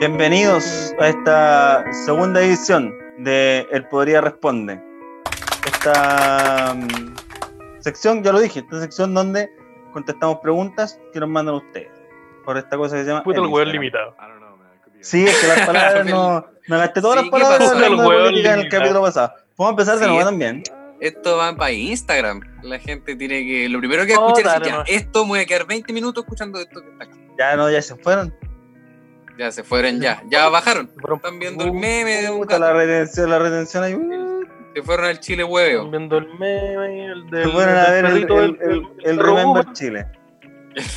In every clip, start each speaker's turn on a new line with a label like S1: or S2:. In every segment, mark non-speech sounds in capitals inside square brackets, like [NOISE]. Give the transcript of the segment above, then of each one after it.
S1: Bienvenidos a esta segunda edición de El Podría Responde. Esta mm, sección, ya lo dije, esta sección donde contestamos preguntas que nos mandan ustedes. Por esta cosa que se llama.
S2: [LAUGHS] Puta el hueón
S1: Instagram.
S2: limitado.
S3: I don't know, man. It could be a-
S1: Sí, es que las
S2: [LAUGHS]
S1: palabras no. Me gasté todas
S4: Sí,
S1: las
S4: ¿qué
S1: palabras
S4: pasó?
S1: hablando
S2: El
S1: de
S2: hueón
S1: política en el
S2: limitado.
S1: capítulo pasado. Vamos a empezar de
S4: Sí,
S1: nuevo
S4: es-
S1: también.
S4: Esto va para Instagram. La gente tiene que. Lo primero que escuchar
S2: Oh, dale
S4: es ya,
S2: nomás.
S4: esto me voy a quedar 20 minutos escuchando esto que está acá.
S1: Ya no, ya se fueron.
S4: Ya se fueron ya.
S2: Uh.
S4: Ya bajaron.
S2: Fueron-
S4: Están viendo
S2: Uh,
S4: el meme de un
S1: Puta, la
S4: gato.
S1: retención, la retención ahí. uh,
S4: Se fueron al Chile hueveo.
S2: Están viendo el meme, el del.
S1: Se fueron Pues a
S2: del
S1: ver el,
S2: perrito,
S1: el-
S2: del-
S1: el-
S2: del
S1: el
S2: perro
S1: Remember
S2: boomer.
S1: Chile.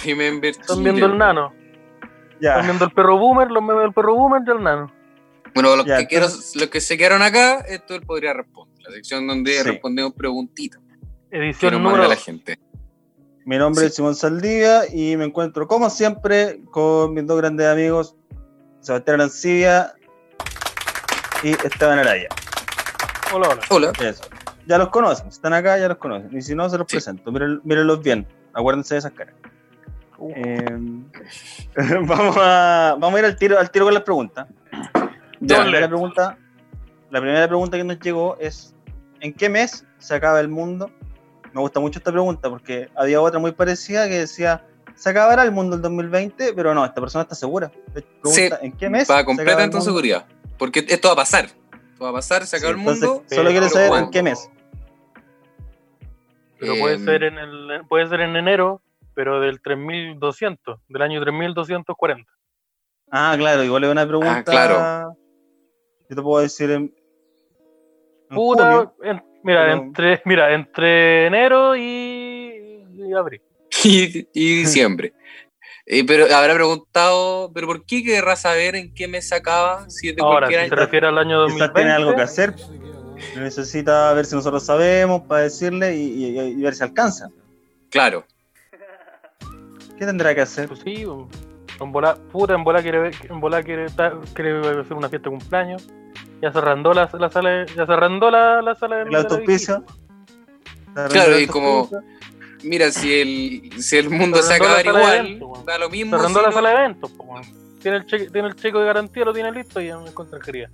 S4: Remember
S2: Están
S4: Chile.
S2: viendo el nano. Están
S1: Ya.
S2: viendo el perro boomer, los memes del perro boomer y el nano.
S4: Bueno, los,
S1: Ya,
S4: que quiero, los que se quedaron acá, esto él podría responder. La sección donde
S1: Sí.
S4: respondemos preguntitas. Que
S2: Edición
S4: nos
S2: número
S4: manda la
S2: dos.
S4: gente.
S1: Mi nombre
S4: Sí.
S1: es Simón Saldivia y me encuentro, como siempre, con mis dos grandes amigos, Sebastián Arancibia y Esteban Araya.
S2: Hola, hola.
S4: Hola.
S1: Eso. Ya los conocen, están acá, ya los conocen. Y si no, se los
S4: Sí.
S1: presento. Míren- mírenlos bien. Acuérdense de esas caras.
S2: Uh.
S1: Eh, [LAUGHS] vamos, a, vamos a ir al tiro, al tiro con las preguntas. La
S4: Ya.
S1: primera, pregunta, la primera pregunta que nos llegó es: ¿En qué mes se acaba el mundo? Me gusta mucho esta pregunta porque había otra muy parecida que decía: ¿Se acabará el mundo el 2020? Pero no, esta persona está segura. De hecho, Pregunta, ¿En qué mes?
S4: Para
S1: se acaba
S4: completa
S1: el
S4: en tu
S1: mundo?
S4: seguridad. Porque esto va a pasar. Esto va a pasar,
S1: Sí,
S4: se acaba el
S1: entonces,
S4: mundo.
S1: solo quiero
S4: pero
S1: saber en
S4: ¿cuándo?
S1: qué mes.
S2: Pero puede
S4: Em,
S2: ser en el puede ser en enero, pero del 3200, del año 3240.
S1: Ah, claro, igual es una pregunta.
S4: claro.
S1: Yo te puedo decir en. en
S2: Puta,
S1: julio.
S2: en- mira,
S1: Pero-
S2: entre mira, entre enero y, y abril.
S4: [LAUGHS] y,
S2: [LAUGHS]
S4: y diciembre. Eh, pero habrá preguntado, ¿pero por qué querrá saber en qué mes se acaba? Si es de
S2: Ahora,
S4: cualquier
S2: si
S4: año.
S2: se refiere al año 2020.
S1: Quizás tiene algo que hacer. Necesita ver si nosotros sabemos para decirle y, y- y ver si alcanza.
S4: Claro.
S1: ¿Qué tendrá que hacer?
S2: Pues sí, un- en bola, puta, en bola quiere, ver- en bola quiere, ta- quiere hacer una fiesta de cumpleaños. Ya se arrendó la, la sala, de- ya se arrendó la, la sala del
S1: El autospicio.
S4: Claro, y como- Mira, si el, si el mundo
S2: Se
S4: se
S2: arrendó
S4: acaba
S2: la sala de
S4: igual,
S2: evento, weón.
S4: da lo mismo.
S2: Se arrendó
S4: si
S2: la
S4: no-
S2: sala de eventos. po, weón. tiene, el cheque, tiene el cheque de garantía, lo tiene listo y en consejería.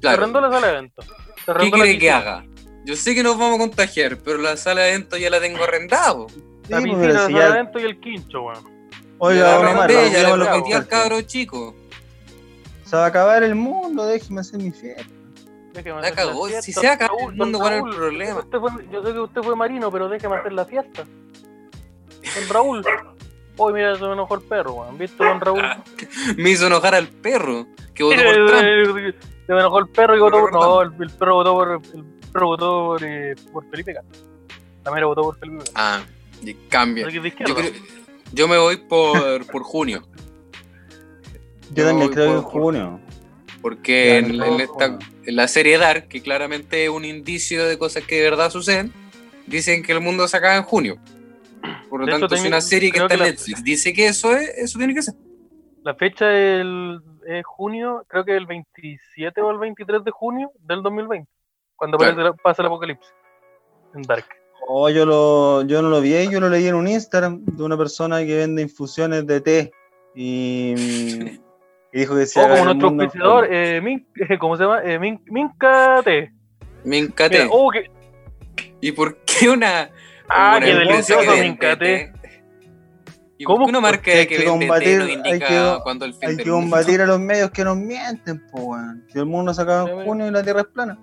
S2: Se arrendó
S4: claro.
S2: la sala de eventos. Se
S4: ¿Qué
S2: arrendó la
S4: quiere que
S2: piscina.
S4: haga? Yo sé que nos vamos a contagiar, pero la sala de evento ya la tengo arrendado.
S2: La
S1: Sí, pues,
S2: piscina,
S1: mira,
S2: la
S1: si
S2: sala de
S1: ya-
S2: eventos y el quincho, weón.
S4: ya
S1: Oiga,
S4: la
S1: don Omar,
S4: arrendé, ya
S1: olvidemos
S4: le
S1: los
S4: prometí al
S1: contagios.
S4: cabro chico.
S1: Se va a acabar el mundo, déjeme hacer mi fiesta.
S2: Déjeme
S4: La
S2: hacer
S4: cagó.
S2: fiesta.
S4: Si se acaba
S2: Saúl,
S4: el mundo,
S2: don
S4: ¿cuál es
S2: Saúl,
S4: el problema?
S2: usted fue- yo sé que usted fue marino, pero déjeme hacer la fiesta. Don Raúl. Hoy mira, se me enojó el perro, weón. ¿Viste, don Raúl?
S4: Ah, Me hizo enojar al perro que votó
S2: eh,
S4: por Trump.
S2: [LAUGHS] Se me enojó el perro y votó por.
S4: Por
S2: No, el, el perro votó por. El perro votó por, eh, por Felipe Castro. La mera votó por Felipe Castro.
S4: Ah, y cambia.
S2: Así que es de izquierda.
S4: Yo, creo- yo me voy por, por junio.
S1: Yo también
S4: voy
S1: creo que en
S4: por- por-
S1: junio.
S4: Porque
S1: Ya,
S4: en,
S1: no,
S4: en esta-
S1: bueno.
S4: en la serie Dark, que claramente es un indicio de cosas que de verdad suceden, dicen que el mundo se acaba en junio. Por lo
S2: De hecho,
S4: tanto, si
S2: tengo-
S4: una serie que
S2: creo
S4: está en
S2: que la-
S4: Netflix dice que eso es, eso tiene que ser.
S2: La fecha del- es junio, creo que el 27 o el 23 de junio del 2020, cuando
S4: Claro.
S2: aparece la- pasa el apocalipsis en Dark.
S1: Oh, yo, lo, yo no lo vi, ahí, yo lo leí en un Instagram de una persona que vende infusiones de té
S4: [LAUGHS]
S1: y, y dijo que se
S2: o
S1: haga
S2: Oh, como
S1: el
S2: nuestro
S1: mundo en
S2: auspiciador,
S1: junio.
S2: eh, Min- ¿cómo se llama? Eh, Min- Mincate.
S4: Me
S2: Mira,
S4: encate.
S2: oh, que-
S4: ¿Y por qué una,
S2: ah,
S4: una
S2: que
S4: empresa
S2: delicioso
S4: que vende
S2: Mincate.
S4: té? ¿Y por
S2: ¿Cómo?
S4: qué una marca
S1: Porque hay
S4: que,
S1: que
S4: vende té
S1: combatir-
S4: no
S1: hay
S4: indica
S1: que-
S4: cuándo el fin
S1: Hay
S4: del
S1: que
S4: mundo?
S1: combatir a los medios que nos mienten, po, weón. Si el mundo se acaba en junio y la Tierra es plana.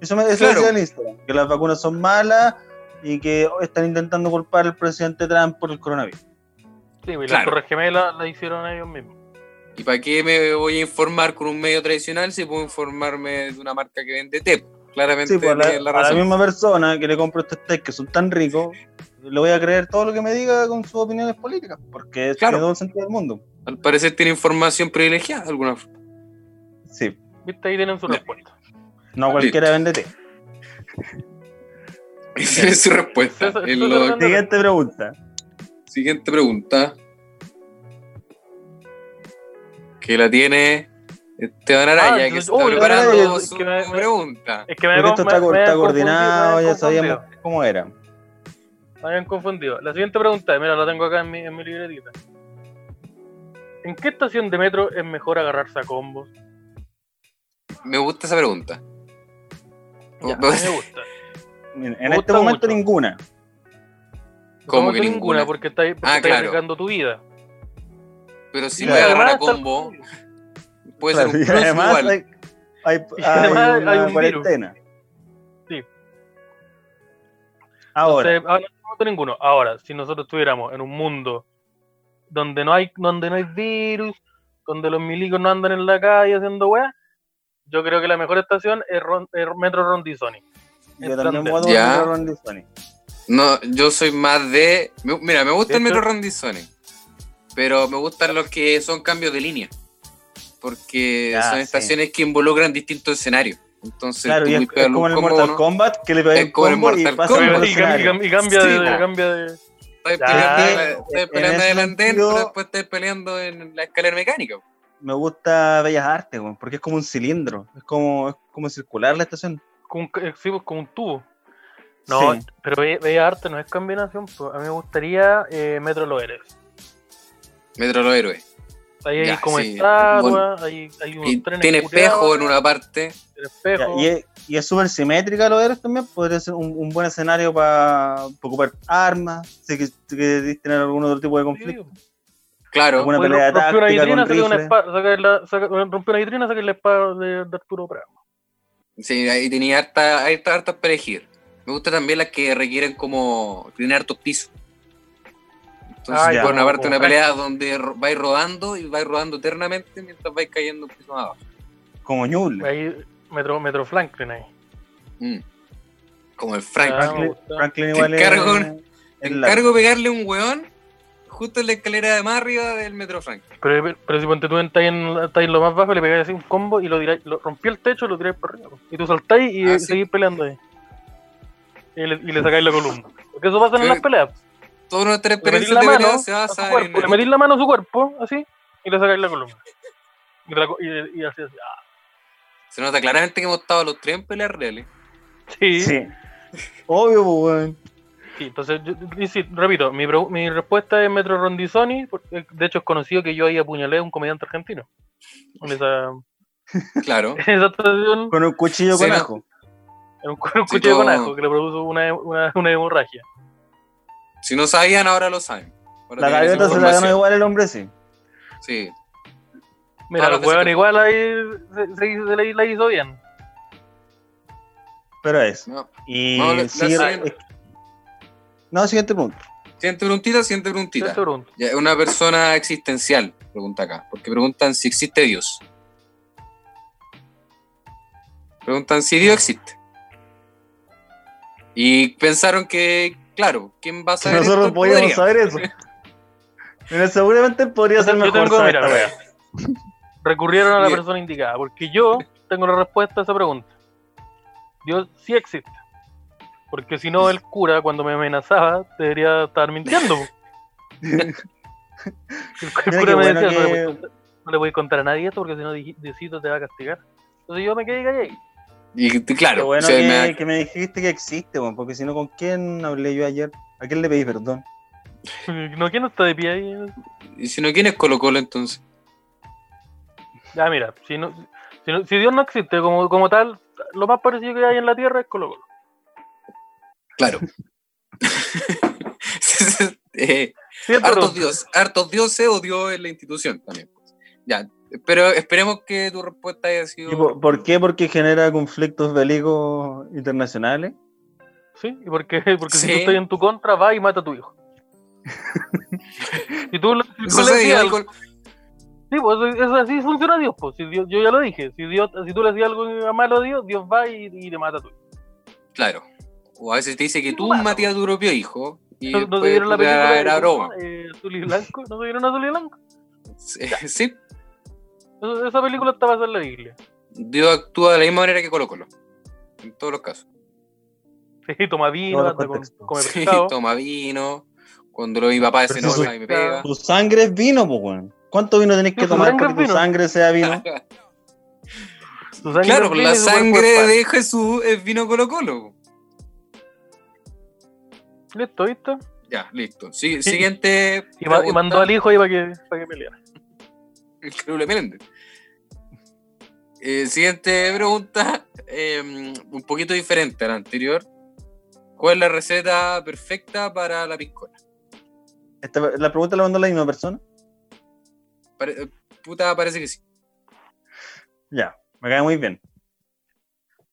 S1: Eso me eso
S4: Claro.
S1: decía en Instagram, que las vacunas son malas y que están intentando culpar al presidente Trump por el coronavirus.
S2: Sí, y las
S4: Claro.
S2: Torres Gemelas la hicieron ellos mismos.
S4: [LAUGHS] ¿Y para qué me voy a informar con un medio tradicional si puedo informarme de una marca que vende té? Claramente
S1: Sí, pues, a la,
S4: tiene la,
S1: a la
S4: razón.
S1: misma persona que le compro estos test que son tan ricos, le voy a creer todo lo que me diga con sus opiniones políticas, porque es
S4: Claro.
S1: tiene todo el sentido del mundo.
S4: Al parecer tiene información privilegiada de alguna forma.
S1: Sí,
S2: Viste, ahí tienen su
S4: Ya.
S2: respuesta.
S1: no cualquiera vende té.
S4: Esa es
S2: [LAUGHS]
S4: su respuesta.
S2: Eso- eso
S4: Es
S2: es
S4: lo-
S2: verdad.
S1: Siguiente pregunta.
S4: Siguiente pregunta. Que la tiene Esteban Araya,
S2: Ah,
S4: que
S2: yo-
S4: está
S2: oh,
S4: preparando
S2: Araya, es
S4: su
S2: que me- me-
S4: pregunta.
S2: Es que me
S1: Pero esto
S2: me-
S1: está,
S2: me
S1: está coordinado,
S2: habían confundido,
S1: ya
S2: me habían
S1: sabíamos cómo era.
S2: confundido, Me habían confundido. La siguiente pregunta, mira, la tengo acá en mi, en mi libretita. ¿En qué estación de metro es mejor agarrarse a combos?
S4: Me gusta esa pregunta. Oh,
S2: Ya, a mí
S4: pues,
S2: me gusta.
S1: En, en
S2: Me
S1: este
S2: gusta
S1: momento
S2: mucho.
S1: ninguna.
S4: Como
S2: No
S4: que
S2: tengo
S4: ninguna.
S2: porque estáis porque
S4: Ah,
S2: estáis
S4: claro.
S2: arriesgando tu vida.
S4: Pero si
S1: Y
S4: me voy a
S2: además
S4: agarrar a
S2: está-
S4: combo, puede
S1: Claro,
S4: ser un
S1: y
S4: plus
S1: además
S4: igual.
S1: hay, hay,
S2: [LAUGHS] Y
S1: hay
S2: además hay
S1: una
S2: un virus.
S1: cuarentena.
S2: Sí.
S1: Ahora,
S2: Entonces, ahora no tengo ninguno. Ahora, si nosotros estuviéramos en un mundo donde no hay, donde no hay virus, donde los milicos no andan en la calle haciendo weá, yo creo que la mejor estación es, Ron- es Metro Rondizoni.
S1: yo también voy a
S4: Ya.
S1: tomar un Ron Dizoni.
S4: No, yo soy más de. me- Mira, me gusta
S2: ¿De
S4: el metro
S2: hecho?
S4: Rondizone, pero me gustan los que son cambios de línea, porque
S1: Ya,
S4: son
S1: sí.
S4: estaciones que involucran distintos escenarios. Entonces,
S1: Claro,
S4: tú
S1: y es,
S4: muy
S1: es
S4: pegas
S1: como en
S4: un
S1: el
S4: combo,
S1: Mortal
S4: ¿no?
S1: Kombat que le pegáis
S4: Es como en
S1: el combo y
S4: Mortal
S1: pasa
S2: Y,
S1: por
S4: Kombat.
S1: el
S2: y cam- y
S1: escenario.
S2: cam- y cambia,
S4: Sí,
S2: de,
S4: po.
S2: cambia de-
S4: Estás
S2: Ya.
S4: peleando, en la-
S1: En
S4: estás
S1: ese
S4: peleando en el andén,
S1: sentido-
S4: pero después estás peleando en la escalera mecánica.
S1: Me gusta Bellas Artes, weón, porque es como un cilindro, es como, es como circular la estación.
S2: con, eh, sí, pues, con un tubo. No,
S1: Sí.
S2: pero Be- Bella Arte no es combinación. pues. A mí me gustaría eh, Metro Los Héroes.
S4: Metro los héroes.
S2: Ahí hay
S4: Ya,
S2: como
S4: sí,
S2: estatuas,
S4: bueno.
S2: hay, hay unos
S4: Y
S2: trenes
S4: tiene
S2: culiados,
S4: espejo en una parte.
S2: tiene
S1: Ya,
S2: espejo.
S1: y es- y es súper simétrica lo eres también, podría ser un, un buen escenario para ocupar armas, si que- si queréis tener algún otro tipo de
S2: Sí,
S1: conflicto.
S4: Claro,
S1: Alguna- una
S2: Oye,
S1: pelea
S2: rompió una
S1: táctica
S2: vitrina,
S1: con
S2: saqué una
S1: rifle.
S2: espada, saqué la- saqué- rompió una vitrina, saqué la espada de, de Arturo Prado.
S4: sí, ahí tenía harta, harta, harta para elegir. Me gusta también las que requieren como tienen hartos pisos. Entonces,
S1: Ah, ya.
S4: por una parte,
S2: Como
S4: una
S2: Frank.
S4: pelea donde ro- vais rodando y vais rodando eternamente mientras vais cayendo un piso más abajo.
S1: Como Ñuble.
S2: Ahí, Metro, Metro Franklin ahí.
S4: Mm. Como el Frank.
S2: Ah, me
S1: Franklin,
S2: gusta.
S1: Franklin
S4: Te
S1: igual es-
S4: encargo una- Te
S1: es largo.
S4: encargo pegarle un weón justo en la escalera de más arriba del Metro Frank.
S2: Pero, pero si ponte tú en, estáis en, estáis en lo más bajo, le pegáis así un combo y lo tiráis, lo, rompí el techo y lo tiráis por arriba. po. Y tú saltáis y
S4: Ah,
S2: eh,
S4: sí.
S2: seguís peleando ahí. Y le, y le sacáis la columna. Porque eso pasa en
S4: Sí.
S2: las peleas.
S4: Toda nuestra
S2: Le metís
S4: experiencia
S2: la
S4: de
S2: mano
S4: pelea
S2: a
S4: se
S2: su
S4: basa
S2: cuerpo, le
S4: en.
S2: metís la mano a su cuerpo, así, y le sacáis la columna. Y, te la co- y- y así, así. Ah,
S4: Se nota claramente que hemos estado los tres en peleas reales.
S2: sí.
S1: Sí. Obvio, pues, weón.
S2: Sí, entonces, yo- yo- sí, repito, mi, pro- mi respuesta es Metro Rondizoni. porque, De hecho, es conocido que yo ahí apuñalé a un comediante argentino. En esa, [LAUGHS]
S4: Claro.
S2: en esa actuación,
S1: Con un cuchillo
S4: Sí,
S1: con
S4: no.
S1: ajo.
S2: en un, cu- un cuchillo
S4: como-
S2: con ajo que le produjo una, una, una hemorragia.
S4: Si no sabían, ahora lo saben. Ahora
S1: La
S4: tienen esa
S1: gaviota se la ganó
S4: información.
S1: igual el hombre, sí.
S4: Sí.
S2: Mira,
S4: Ah,
S2: los
S4: lo que se-
S2: huevones igual ahí se, se hizo- se la, la hizo bien.
S1: Pero eso.
S4: No.
S1: Y
S4: Vamos a la-
S1: sigue-
S4: la
S2: siguiente.
S1: No, siguiente punto.
S4: Siguiente preguntita, siguiente preguntita.
S2: Te pregunto.
S4: Ya, Una persona existencial, pregunta acá. Porque preguntan si existe Dios. Preguntan si Dios existe. Y pensaron que, claro, ¿quién va a
S1: Si
S4: saber
S1: nosotros
S4: esto?
S1: podíamos
S4: Podría.
S1: saber eso. Pero seguramente podría ser
S2: Yo
S1: mejor
S2: tengo-
S1: saber
S2: mira,
S1: esta
S2: mira. Recurrieron a la
S4: Bien.
S2: persona indicada, porque yo tengo la respuesta a esa pregunta. Dios sí existe. Porque si no, el cura, cuando me amenazaba, debería estar mintiendo.
S1: [LAUGHS]
S2: po. El
S1: Mira
S2: cura
S1: qué
S2: me
S1: bueno
S2: decía, "No
S1: que-
S2: le voy a contar- no le voy a contar a nadie esto porque si no, Di- Diosito te va a castigar. Entonces yo me quedé callado.
S4: Y t-
S1: Qué
S4: claro,
S1: bueno
S4: o sea,
S1: que,
S4: me da-
S1: que me dijiste que existe, weón, porque si no, ¿con quién hablé yo ayer? ¿A quién le pedí perdón?
S2: [LAUGHS] No, ¿quién no está de pie ahí?
S4: y si no, ¿quién es Colo Colo entonces?
S2: Ah, mira, si, no, si, no- si Dios no existe como, como tal, lo más parecido que hay en la Tierra es Colo Colo. [LAUGHS]
S4: Claro. Eh,
S2: Siguiente
S4: hartos,
S2: pregunta.
S4: dios, hartos dioses o dios en la institución también. pues. Ya, pero esperemos que tu respuesta haya sido...
S1: ¿Y por, por qué? Porque genera conflictos bélicos internacionales.
S2: ¿Sí? ¿Y por qué? Porque [LAUGHS] si
S4: Sí.
S2: tú estás en tu contra, va y mata a tu
S4: [LAUGHS]
S2: hijo. si tú lo- si tú
S4: Eso
S2: le
S4: se
S2: decías algo-
S4: dijo algo-
S2: Sí, pues eso- eso así funciona Dios, pues. Si Dios- yo ya lo dije. Si, Dios, si tú le decías algo malo a Dios, Dios va y, y te mata a tu hijo.
S4: Claro. O a veces te dice que tú
S2: Claro.
S4: matías a tu propio hijo. Y
S2: ¿No, no
S4: después
S2: se vieron la
S4: puta,
S2: película de
S4: Era broma.
S2: eh, Azul y Blanco? ¿No se vieron Azul y Blanco?
S4: Sí, [LAUGHS] sí,
S2: Eso- Esa película está basada en la Biblia.
S4: Dios actúa de la misma manera que Colo Colo. En todos los casos.
S2: Sí, toma vino,
S1: Todos los
S2: anda con,
S1: contextos.
S2: come
S4: Sí,
S2: pescado.
S4: toma vino. Cuando lo vi papá se
S1: Pero eso
S4: enoja
S1: es-
S4: y me
S1: [LAUGHS]
S4: pega.
S1: Tu sangre es vino, pues, weón. ¿Cuánto vino tenés
S2: Sí,
S1: que
S2: tu
S1: tomar
S2: sangre
S1: para
S2: es
S1: que tu
S2: vino. [LAUGHS]
S1: sangre sea vino?
S2: Su sangre
S4: Claro,
S2: es
S4: la
S2: vino y su cuerpo
S4: sangre
S2: es pan.
S4: de Jesús es vino Colo Colo.
S2: Listo, ¿viste?
S4: Ya, listo. Sí,
S2: Sí.
S4: Siguiente.
S2: Y, ma- y
S4: pregunta.
S2: mandó al hijo ahí para que, para que peleara.
S4: El Carule Meléndez. Eh, siguiente pregunta, eh, un poquito diferente a la anterior. ¿Cuál es la receta perfecta para la piscola?
S1: Esta- la pregunta la mandó la misma persona.
S4: Pare- eh, puta, parece que sí.
S1: Ya, me cae muy bien.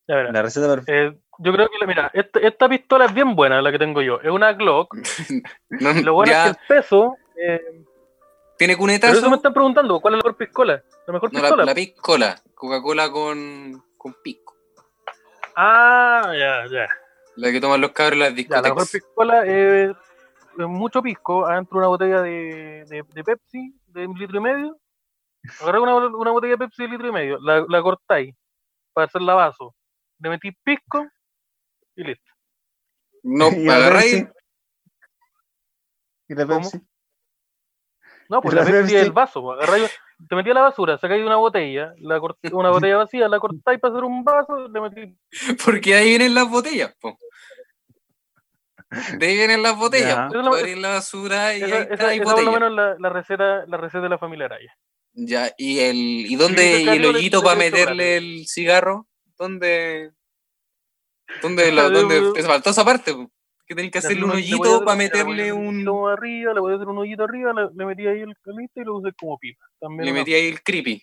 S2: Ya verás.
S1: La receta perfecta.
S2: Eh, yo creo que, la- mira, esta, esta pistola es bien buena, la que tengo yo. Es una Glock.
S4: No,
S2: Lo bueno
S4: ya,
S2: es que el peso. eh,
S4: ¿Tiene
S2: pero
S4: cunetazo?
S2: eso me están preguntando, ¿cuál es la mejor piscola? La mejor
S4: No,
S2: pistola.
S4: la, la piscola. Coca-Cola con, con pico.
S2: Ah, ya, ya.
S4: La que toman los cabros en las
S2: Ya, la mejor
S4: discotecas.
S2: piscola es es mucho pisco adentro de una botella de, de- de Pepsi de un litro y medio. Agarré una, una botella de Pepsi de litro y medio, la, la cortáis para hacer la vaso. Le metís pisco y listo.
S4: no,
S1: [LAUGHS] Y la
S4: agarráis.
S1: Pepsi. Y la
S2: ¿Cómo?
S1: Pepsi.
S2: No, pues
S1: La
S2: la Pepsi
S1: Pepsi.
S2: es el vaso. pues, agarráis- te metí a la basura, sacáis una botella, la cort- una botella vacía, la cortáis para hacer un vaso, le metís.
S4: Porque ahí vienen las botellas, po. De ahí vienen las
S1: Ya.
S4: botellas. po.
S2: Esa es
S4: Tú
S2: la-
S4: abrís la basura y
S2: Esa,
S4: ahí está,
S2: esa,
S4: hay
S2: esa por lo
S4: botellas.
S2: menos la, la receta, la receta de la familia Araya.
S4: Ya, y el y dónde
S2: Chiquitito
S4: y el
S2: cariño de-
S4: hoyito
S2: de
S4: para
S2: derecho
S4: meterle el cigarro? ¿Dónde dónde la,
S2: Adiós,
S4: dónde
S2: weón.
S4: te faltó esa parte? po. Que tenés que hacerle un hoyito para meterle un
S2: hoyito arriba, le voy a hacer un hoyito arriba, le, le metí ahí el calito y lo usé como pipa. También
S4: le
S2: una-
S4: metí ahí el creepy.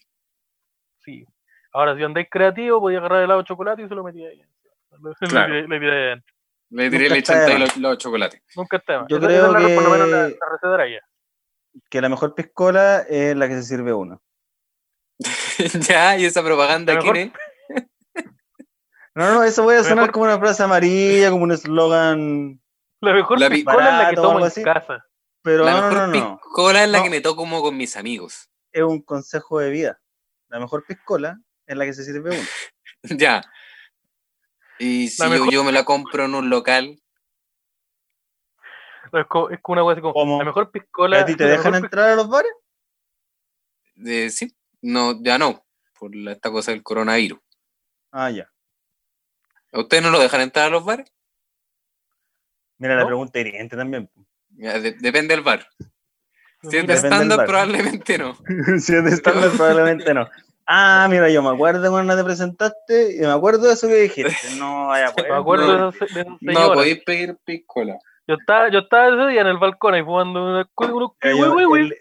S2: sí. Ahora, si andáis creativo, podía agarrar helado de chocolate y se lo metí ahí. Le- le
S4: Claro.
S2: tiré- le tiré ahí adentro.
S4: Le tiré
S1: Nunca
S4: le
S1: está
S4: chanté
S1: de
S4: los, los chocolates. [LAUGHS]
S2: Nunca está. de más.
S1: Yo
S2: Esa-
S1: creo
S2: esa es la- por lo
S1: que-
S2: menos la, la receta de Araya.
S1: Que la mejor piscola es la que se sirve uno.
S4: ya, y esa propaganda
S2: La
S4: quién
S2: mejor-
S4: es?
S1: No, no, eso voy a
S2: La
S1: sonar
S2: mejor-
S1: como una frase amarilla, como un eslogan.
S2: La mejor
S4: La pi-
S2: piscola es la que
S1: barato o
S2: tomo
S1: algo
S2: en
S1: así.
S2: casa.
S1: Pero
S4: la
S1: no,
S4: mejor
S1: no, no.
S4: piscola es la
S1: No.
S4: que me toco como con mis amigos.
S1: Es un consejo de vida. La mejor piscola es la que se sirve uno.
S4: [LAUGHS] ya. Y si
S2: La
S4: yo,
S2: mejor
S4: yo me la compro en un local,
S2: Es como, es como una cosa así como.
S1: ¿Cómo?
S2: La mejor piscola.
S1: ¿A ti te
S2: la
S1: dejan
S2: mejor
S1: entrar a los bares?
S4: eh, sí, no, ya no, por la- esta cosa del coronavirus.
S1: Ah, ya.
S4: ¿A ustedes no lo dejan entrar a los bares?
S1: Mira la
S2: ¿No?
S1: pregunta hiriente también.
S4: Ya, de- depende del bar.
S2: piscola-
S4: Si es
S1: Depende
S2: Mira,
S4: de
S1: del
S4: estándar,
S1: bar.
S4: probablemente no.
S1: [LAUGHS] si es de estándar, probablemente no. Ah, mira, yo me acuerdo cuando te presentaste y me acuerdo de eso que dijiste. No, vaya, pues.
S2: me acuerdo
S4: no.
S2: de esa, de esa
S4: No,
S2: señora.
S4: podéis pedir piscola.
S2: yo, estaba, yo estaba ese día en el balcón ahí jugando una unos
S1: Ya, Eh, yo- el,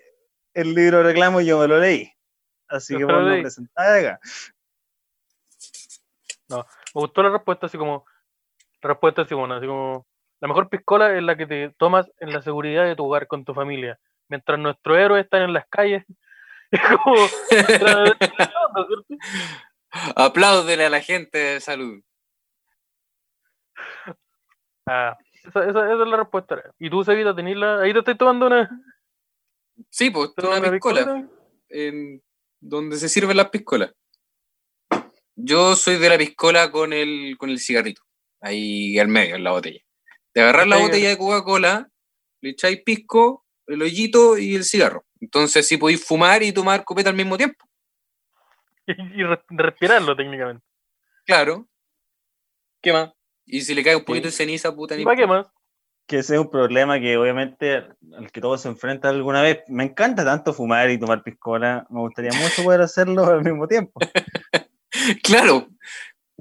S1: el libro de reclamo yo me lo leí. Así
S2: Yo
S1: que
S2: te lo
S1: vos no
S2: leí.
S1: presentás acá.
S2: me gustó la respuesta así como respuesta así bueno, así como la mejor piscola es la que te tomas en la seguridad de tu hogar con tu familia mientras nuestros héroes están en las calles [LAUGHS] es
S4: [LAUGHS]
S2: como era- era onda, ¿cierto?
S4: Apláudele a la gente de salud.
S2: Ah, esa, esa- esa es la respuesta y tú Sevita tenerla ahí te estoy tomando una,
S4: Sí, pues esto es una piscola. En donde se sirven las piscolas. Yo soy de la piscola con el, con el cigarrito. Ahí al medio, en la botella. De agarrar la
S2: Ahí,
S4: botella de Coca-Cola, le echáis pisco, el hoyito y el cigarro. Entonces sí podéis fumar y tomar copeta al mismo tiempo.
S2: y, y re- respirarlo técnicamente
S4: Claro. ¿Qué más? Y si le cae un poquito de ceniza, puta
S2: ¿y
S4: ni
S2: para qué más?
S1: Que ese es un problema que obviamente al que todos se enfrentan alguna vez. Me encanta tanto fumar y tomar piscola. Me gustaría mucho poder hacerlo al mismo tiempo.
S2: [LAUGHS]
S4: [LAUGHS] Claro.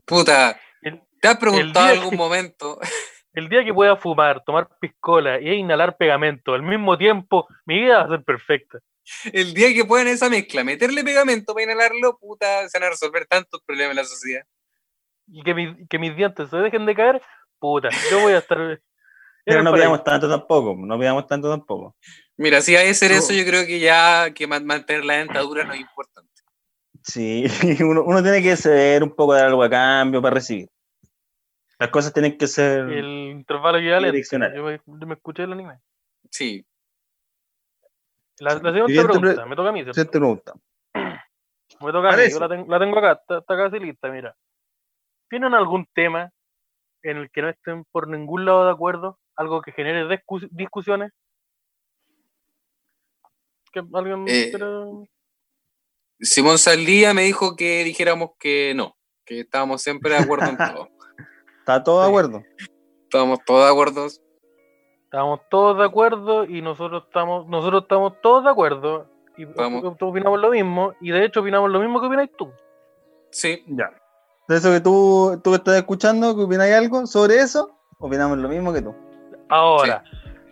S4: Puta.
S2: El-
S4: ¿Te has preguntado
S2: día
S4: en algún
S2: que-
S4: momento? [LAUGHS]
S2: el día que pueda fumar tomar piscola e inhalar pegamento al mismo tiempo mi vida va a ser perfecta
S4: El día que puedan esa mezcla, meterle pegamento para inhalarlo, puta, se van a resolver tantos problemas en la sociedad.
S2: y que, mis- que mis dientes se dejen de caer, puta, yo voy
S1: [LAUGHS]
S2: a estar. en
S1: Pero
S2: el
S1: no
S2: paraíso.
S1: pidamos tanto tampoco. No pidamos tanto tampoco.
S4: Mira, si hay que hacer
S1: No.
S4: eso, yo creo que ya que man- mantener la dentadura no es importante.
S1: Sí, [LAUGHS] uno, uno tiene que ceder un poco, dar algo a cambio para recibir. Las cosas tienen que ser...
S2: el intervalo equivalente.
S1: diccionario.
S2: Yo me, yo me escuché el anime.
S4: Sí.
S2: La, la siguiente
S1: Siguiente pre-
S2: pregunta, me toca a mí, ¿cierto?
S1: Siguiente pregunta.
S2: Me toca a mí,
S1: Parece.
S2: yo la, ten- la tengo acá, está, está casi lista, mira. ¿Tienen algún tema en el que no estén por ningún lado de acuerdo? ¿Algo que genere discus- discusiones? ¿Que ¿Alguien
S4: Eh,
S2: quiera-
S4: Simón Saldía me dijo que dijéramos que no, que estábamos siempre de [LAUGHS] acuerdo en todo.
S1: Está todo de acuerdo.
S4: Estábamos todos de acuerdo.
S2: Estamos todos de acuerdo y nosotros estamos, nosotros estamos todos de acuerdo y
S4: Vamos.
S2: op- opinamos lo mismo y de hecho opinamos lo mismo que opináis tú.
S4: Sí,
S1: Ya. De eso que tú, tú que estás escuchando, que opináis algo sobre eso, opinamos lo mismo que tú.
S2: Uh. Ahora,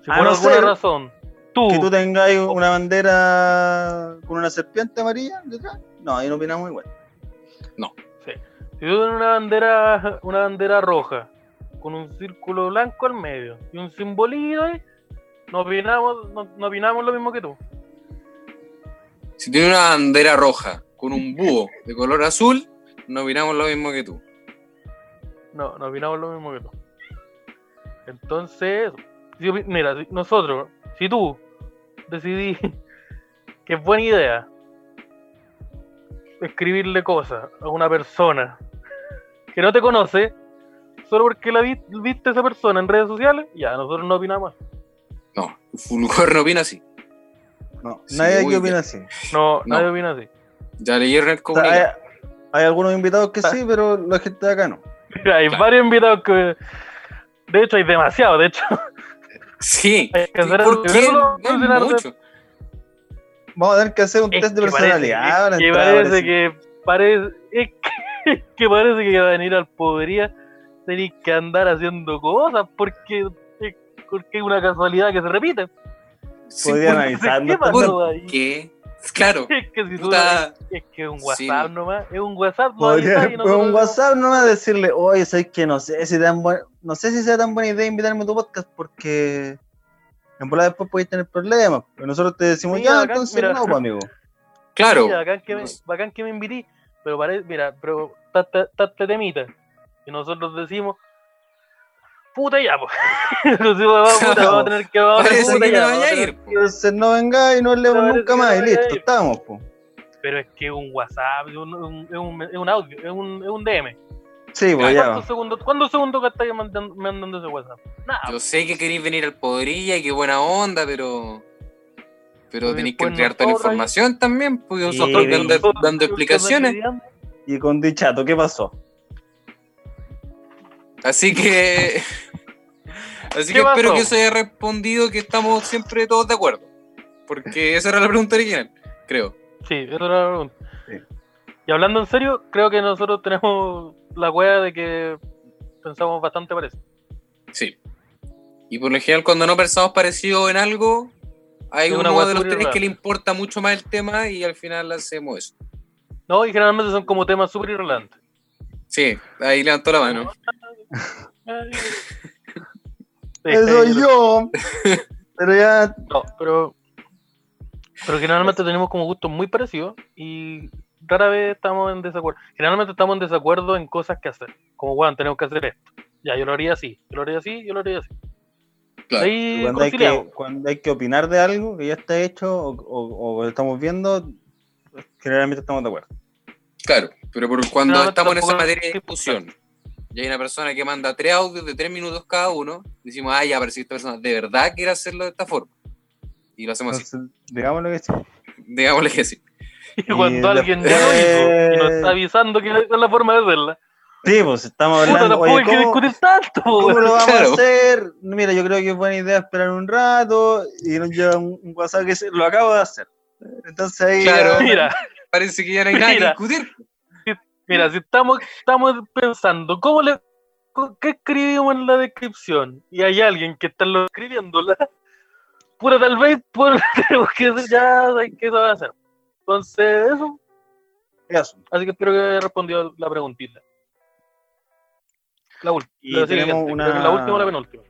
S2: si
S1: A
S2: por
S1: Ah, no
S2: alguna
S1: ser
S2: razón tú,
S1: Que tú tengáis una bandera con una serpiente amarilla detrás, no, ahí no opinamos igual.
S2: si tú tienes una bandera, una bandera roja con un círculo blanco al medio y un simbolito ahí, no opinamos, no, no opinamos lo mismo que tú.
S4: si tiene una bandera roja con un búho de color azul, no opinamos lo mismo que tú.
S2: No, no opinamos lo mismo que tú. Entonces, si opi- mira, si nosotros, si tú decidís [LAUGHS] que es buena idea escribirle cosas a una persona que no te conoce, solo porque la vi- viste a esa persona en redes sociales, ya, nosotros no opinamos.
S4: No, Fulgor no opina así.
S1: No,
S4: Sí,
S1: nadie aquí
S4: uy,
S1: opina
S4: ya.
S1: así.
S2: No,
S4: No.
S2: nadie opina así.
S4: Ya leyeron el
S1: O sea, hay,
S4: comunicado.
S1: hay algunos invitados
S2: Ah.
S1: que sí, pero la gente de acá no.
S2: Mira, hay
S4: [LAUGHS] Claro.
S2: varios invitados que... De hecho, hay demasiado, de hecho. [LAUGHS]
S4: Sí.
S2: Hay que hacer
S4: ¿Por
S2: el
S4: qué?
S2: primero,
S4: No es
S2: mencionar de-
S4: mucho.
S1: Vamos a tener que hacer un
S2: Es
S1: test de
S2: que parece-
S1: personalidad.
S2: es
S1: ahora
S2: que
S1: entrada,
S2: parece
S1: parece.
S2: que parece, es que, [LAUGHS] es que parece que va a venir al podería tenéis que andar haciendo cosas porque es porque es una casualidad que se repite. [LAUGHS]
S4: Sí,
S1: Podrían
S4: ¿por
S1: avisarnos. también.
S2: ¿Qué pasó
S4: ¿Por
S2: ahí?
S4: qué? Claro.
S2: [LAUGHS] Es que si tú
S4: Puta,
S2: es que es un
S4: Sí.
S2: WhatsApp nomás, es un WhatsApp, no
S1: Podría, [LAUGHS]
S2: avisáis y
S1: con
S2: nosotros-
S1: un WhatsApp nomás decirle, oye, sabes que no sé si tan buen- no sé si sea tan buena idea invitarme a tu podcast porque en volada después podéis tener problemas. Pero nosotros te decimos,
S2: Mira,
S1: ya,
S2: acá,
S1: entonces
S2: mira.
S1: no, pues,
S2: [LAUGHS]
S1: amigo.
S4: Claro.
S2: Mira, bacán que me,
S4: Nos-
S2: bacán que me invití, pero parece, mira, pero ta- ta- ta- ta este temita. Y nosotros decimos, puta ya, pues. [LAUGHS] Nosotros vamos, puta,
S4: [LAUGHS]
S2: vamos a tener que vamos a tener
S4: Parece
S2: puta
S4: que
S2: ya,
S4: no
S2: vamos a
S4: vaya a
S2: tener
S4: ir. po.
S1: Entonces no vengáis y no hablemos
S2: Claro,
S1: nunca
S2: sí,
S1: más y
S2: no
S1: listo,
S2: vengáis.
S1: estamos, pues.
S2: Pero es que un WhatsApp, es un, un- es un, es un audio, es un, es un DM.
S1: Sí, pues ya.
S2: ¿Cuántos segundos, ¿Cuántos segundos que estáis mandando, mandando ese WhatsApp? Nada.
S4: Yo sé que queréis venir al Podrilla y qué buena onda, pero. Pero
S2: Pero
S4: tenéis que
S2: después
S4: entregar toda la
S2: nosotros-
S4: información también, pues, porque
S1: Sí,
S4: nosotros
S1: pero
S4: dando, dando explicaciones.
S1: Y con Dichato, ¿qué pasó?
S4: Así que. [LAUGHS] Así
S2: ¿Qué
S4: que espero
S2: pasó?
S4: que os haya respondido que estamos siempre todos de acuerdo. Porque esa era la pregunta original, creo.
S2: Sí, eso era la pregunta.
S1: Sí.
S2: Y hablando en serio, creo que nosotros tenemos la hueá de que pensamos bastante parecido.
S4: Sí. Y por lo general, cuando no pensamos parecido en algo, hay
S2: Es una
S4: uno de los
S2: guatura
S4: tres
S2: rara.
S4: que le importa mucho más el tema y al final hacemos eso.
S2: No, y generalmente son como temas súper irrelevantes.
S4: Sí, ahí levantó la mano.
S2: Ay.
S1: Eso yo. [LAUGHS] Pero ya,
S2: No, pero. Pero generalmente tenemos como gustos muy parecidos y rara vez estamos en desacuerdo. Generalmente estamos en desacuerdo en cosas que hacer. Como, bueno, tenemos que hacer esto. Ya, yo lo haría así, yo lo haría así, yo lo haría así.
S4: Claro.
S2: Ahí
S1: cuando hay,
S2: conciliamos.
S1: que, cuando hay que opinar de algo que ya está hecho o, o- o estamos viendo, generalmente estamos de acuerdo.
S4: Claro, pero por cuando
S2: Pero no
S4: estamos en esa
S2: tampoco
S4: materia de
S2: es
S4: discusión y hay una persona que manda tres audios de tres minutos cada uno, decimos, ah, ya, pero si esta persona de verdad quiere hacerlo de esta forma. Y lo hacemos así,
S1: Entonces, digámoslo que sí.
S4: digámosle que sí.
S2: Y cuando
S1: Y
S2: alguien ya lo
S1: después-
S2: hizo y nos está avisando que esa es la forma de hacerla,
S1: Sí, pues estamos
S2: puta,
S1: hablando.
S2: tampoco
S1: Oye,
S2: hay que
S1: ¿cómo,
S2: discutir tanto.
S1: cómo
S2: güey.
S1: lo vamos
S4: Claro.
S1: a hacer? Mira, yo creo que es buena idea esperar un rato y nos llega un, un WhatsApp que dice, lo acabo de hacer. Entonces ahí.
S4: Claro.
S1: ya-
S2: Mira,
S4: Parece que ya no hay nada que
S2: Mira.
S4: discutir.
S2: mira, si estamos, estamos pensando, ¿cómo le, co- ¿qué escribimos en la descripción? Y hay alguien que está lo escribiéndola. Pura, tal vez, por, [LAUGHS] tenemos que hacer ya, hay que saber hacer. Entonces, eso.
S1: eso.
S2: Así que espero que haya respondido la preguntita. La última.
S1: Y
S2: la siguiente,
S1: tenemos
S2: creo
S1: una.
S2: que La última o la penúltima.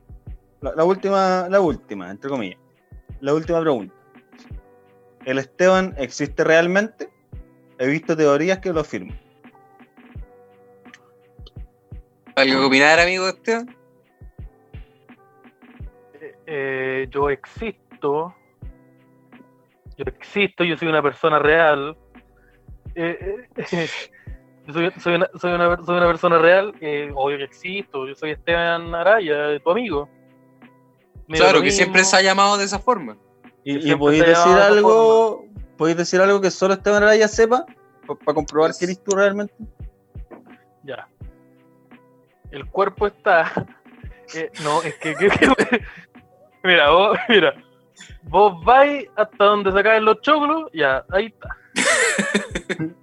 S1: La, la última, la última, entre comillas. La última pregunta. ¿El Esteban existe realmente? He visto teorías que lo afirman.
S4: ¿Algo que opinar, amigo Esteban?
S2: eh, yo existo, yo existo, yo soy una persona real, eh, eh, [LAUGHS] yo soy, soy una, soy una- soy una persona real, eh, obvio que existo, yo soy Esteban Araya, eh, tu amigo. Me da
S4: Claro,
S2: lo
S4: que siempre
S2: mismo.
S4: se ha llamado de esa forma.
S1: ¿Y, y
S2: siempre
S1: podéis
S2: se ha
S1: decir
S2: llamado de esa
S1: algo? ¿Podéis decir algo que solo Esteban Araya sepa? Para comprobar
S4: Pues-
S1: que eres tú realmente.
S2: Ya. El cuerpo está. [LAUGHS] Eh, no, es que. que- que- [LAUGHS] mira, vos, mira. Vos vais hasta donde sacáis los choclos, ya, ahí está.
S4: [LAUGHS]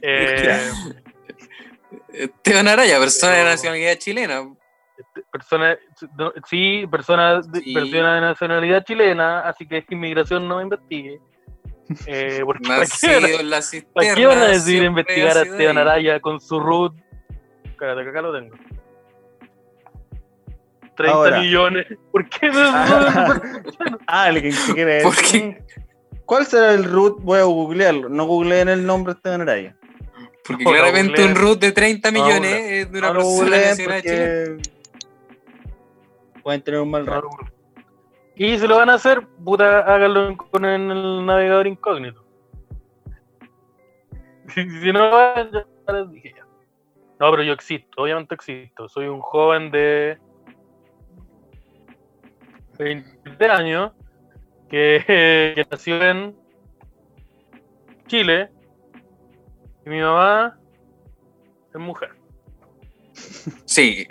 S2: Eh,
S4: Esteban Araya, persona de
S2: Pero-
S4: nacionalidad chilena.
S2: persona, sí, persona, de-
S4: Sí.
S2: persona de nacionalidad chilena, así que inmigración no me
S4: [LAUGHS]
S2: investigue. Eh, porque [LAUGHS] ¿para qué van a-
S4: Nacido en la cisterna.
S2: ¿Para qué van a decidir
S4: siempre
S2: investigar
S4: ha
S2: a
S4: sido
S2: Esteban
S4: ahí.
S2: Araya con su root? Cállate, que acá lo tengo. 30
S1: Ahora.
S2: millones. ¿Por qué no?
S1: Ah, el que que quiere
S4: ¿Por
S1: decir.
S4: qué?
S1: ¿Cuál será el root? Voy a googlearlo. No googleen el nombre de Esteban Araya.
S4: Porque
S2: No, no,
S4: claramente
S2: Google.
S4: un root de 30
S2: No,
S4: millones
S2: no.
S4: es de una
S1: No lo
S4: persona de
S1: googleen
S4: nacionalidad chilena.
S1: porque pueden tener un mal rato.
S2: y si lo van a hacer, puta, háganlo en- con el navegador incógnito. [LAUGHS] Si, si no, ya les dije ya. No, pero yo existo, obviamente existo. Soy un joven de 20 años que, [LAUGHS] que nació en Chile y mi mamá es mujer. [LAUGHS]
S4: Sí.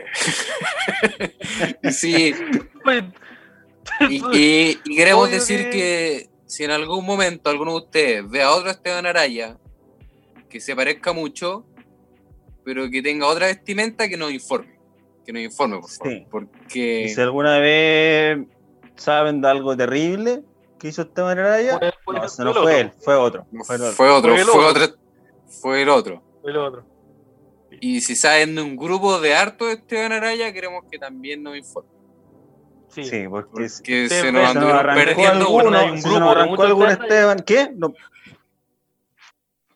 S4: [LAUGHS] sí.
S2: Pues,
S4: Y, y- y queremos
S2: Obvio
S4: decir
S2: que-
S4: que si en algún momento alguno de ustedes ve a otro Esteban Araya que se parezca mucho, pero que tenga otra vestimenta, que nos informe. Que nos informe, por favor.
S1: Sí.
S4: Porque
S1: Y si alguna vez saben de algo terrible que hizo este Esteban Araya,
S2: Fue- fue-
S1: no, ese no
S2: fue el
S1: fue
S2: otro.
S1: él, fue otro.
S4: no
S1: Fue el otro.
S4: fue otro,
S2: Fue
S4: fue,
S2: el otro.
S4: otro, fue el otro.
S2: Fue el otro.
S4: Y si saben de un grupo de harto de Esteban Araya, queremos que también nos informen.
S2: Sí.
S1: Sí, porque
S4: Porque
S1: si
S4: se
S2: se
S1: se
S2: nos
S4: nos
S1: nos
S4: anduvieron
S1: arrancó
S4: perdiendo
S2: bueno, hay
S1: alguno,
S2: un
S1: si se
S2: grupo
S1: nos
S2: de
S1: arrancó
S2: muchos
S1: algún
S2: Esteban
S1: Esteban, ¿qué? No.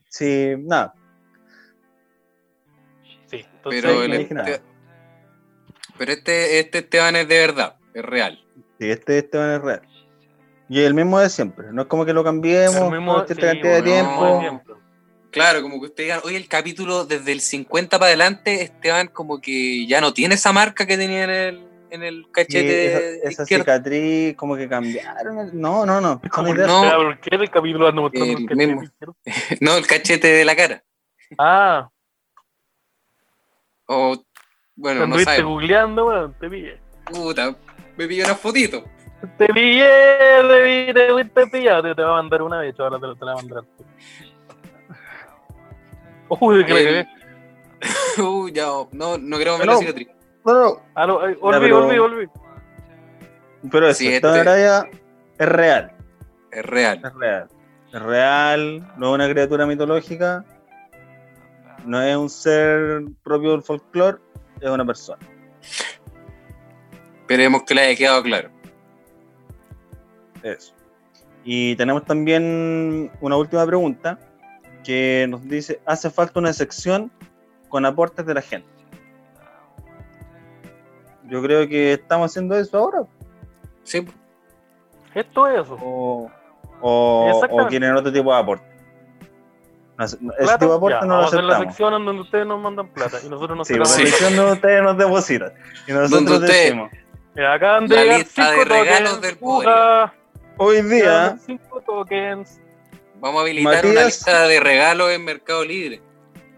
S1: Sí, nada.
S2: sí. Entonces,
S4: Pero,
S1: Sí,
S4: el
S1: no dije nada.
S4: Este- pero este, este Esteban es de verdad, es real.
S1: Sí, este Esteban es real. Y el mismo de siempre, no es como que lo cambiemos
S2: el
S1: por
S2: mismo-
S1: cierta
S2: sí,
S1: cantidad de
S2: bueno,
S1: tiempo.
S2: mismo ejemplo.
S4: Claro, como que ustedes digan, oye, el capítulo desde el 50 para adelante, Esteban como que ya no tiene esa marca que tenía en el, en el
S1: Sí,
S4: cachete
S1: esa, esa
S4: izquierdo.
S1: cicatriz, como que cambiaron. No, no, no. son
S2: Como
S1: ideas.
S4: no.
S2: Espera, ¿por qué el capítulo anda mostrando
S4: El
S2: el que
S4: mismo. No, el cachete de la cara.
S2: Ah,
S4: O, bueno, no
S2: cuando estuviste
S4: sabes.
S2: googleando, weón, te pillé.
S4: Puta, me pilló una fotito. [LAUGHS]
S2: Te pillé, te pillé, te fuiste pillado. Te, te va a mandar una vez, ahora te, la- te la va a mandar. Uy, que la
S4: El-
S2: cagué.
S4: Uh, ya, no, no queremos ver
S1: No.
S4: la cicatriz.
S1: Bueno,
S2: Ah, no, ay,
S1: Ya,
S2: Volví,
S1: pero-
S2: volví, volví.
S1: pero eso,
S4: Sí, este-
S1: Esteban Araya es real.
S4: Es real.
S1: Es real. Es real, no es una criatura mitológica. No es un ser propio del folclore, es una persona.
S4: Esperemos que le haya quedado claro.
S1: Eso. Y tenemos también una última pregunta que nos dice: ¿hace falta una sección con aportes de la gente? Yo creo que estamos haciendo eso ahora.
S4: Sí,
S2: Esto es eso.
S1: o, o, o
S2: Exactamente.
S1: quieren otro tipo de aporte. No, ese
S2: Plata,
S1: tipo de aporte
S2: ya,
S1: Este no lo
S2: vamos a hacer la
S1: aceptamos.
S2: sección en donde ustedes nos mandan plata y nosotros nos
S1: Sí,
S2: sacamos
S1: porque
S4: sí.
S2: la plata.
S1: diciendo ustedes nos depositan. Y nosotros
S4: ustedes-
S1: decimos,
S2: Mira, acaban de
S4: La
S2: llegar
S4: lista de
S2: cinco
S4: regalos
S2: tokens.
S4: del
S2: Puta,
S1: hoy
S2: acaban
S1: día,
S2: de cinco tokens.
S4: vamos a habilitar una
S1: Matías.
S4: lista de regalos en Mercado Libre.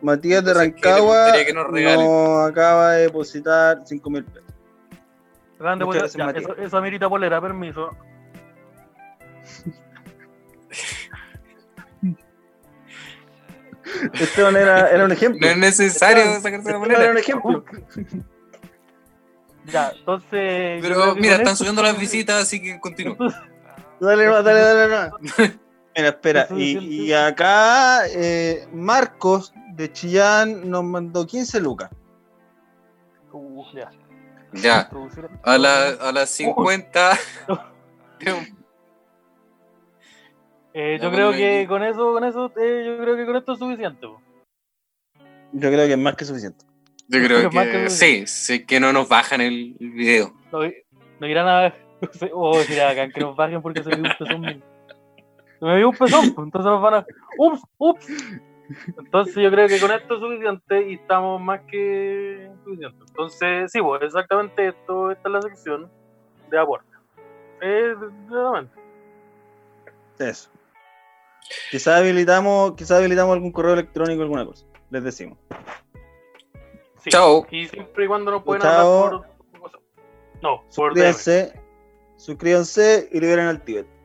S1: Matías de
S4: Entonces, ¿qué te
S1: Rancagua
S4: gustaría que nos regalen?
S1: nos acaba de depositar 5 mil pesos.
S2: Acaban de
S1: Muchas
S2: botar-
S1: gracias,
S2: pues, ya,
S1: Matías.
S2: eso, eso amerita polera, permiso.
S1: Esteban era, era un ejemplo.
S4: No es necesario
S1: Esteban,
S2: [LAUGHS]
S4: sacarse la
S1: Esteban era
S4: moneda.
S1: un ejemplo.
S2: Ya, entonces. yo creo
S4: Pero
S2: que
S4: mira,
S2: con
S4: están
S2: esto-
S4: subiendo las visitas, así que continúa. [LAUGHS]
S1: Dale más, dale, dale más. Mira, [LAUGHS] espera.
S2: Eso es
S1: Y,
S2: cierto.
S1: y acá eh, Marcos de Chillán nos mandó 15 lucas.
S2: Uh, ya.
S4: Ya, Oh.
S2: Introducir-
S4: a, la- a las [LAUGHS] 50.
S2: Eh,
S4: Ya,
S2: yo creo
S4: ponme
S2: que
S4: aquí.
S2: con eso, con eso, eh, yo creo que con esto es suficiente. po.
S1: Yo creo que es más que suficiente.
S4: Yo creo
S2: Pero más
S4: que
S2: que-
S4: sí, sé que no nos bajan el el video.
S2: No, [LAUGHS] no irán a. Oh, mira, acá que nos bajen porque se me dio un pezón. mira. Se me dio un pezón, pues, entonces nos van a. ¡Ups! ¡Ups! Entonces yo creo que con esto es suficiente y estamos más que suficientes. Entonces, sí, pues exactamente esto, esta es la sección de aporte. Eh, nuevamente.
S1: Eso. Quizás habilitamos, quizás habilitamos algún correo electrónico, alguna cosa. Les decimos.
S2: Sí.
S4: Chao.
S2: Y siempre y cuando no pueden
S1: Chao.
S2: hablar por. No, por DM.
S1: Suscríbanse, suscríbanse y liberen al Tíbet.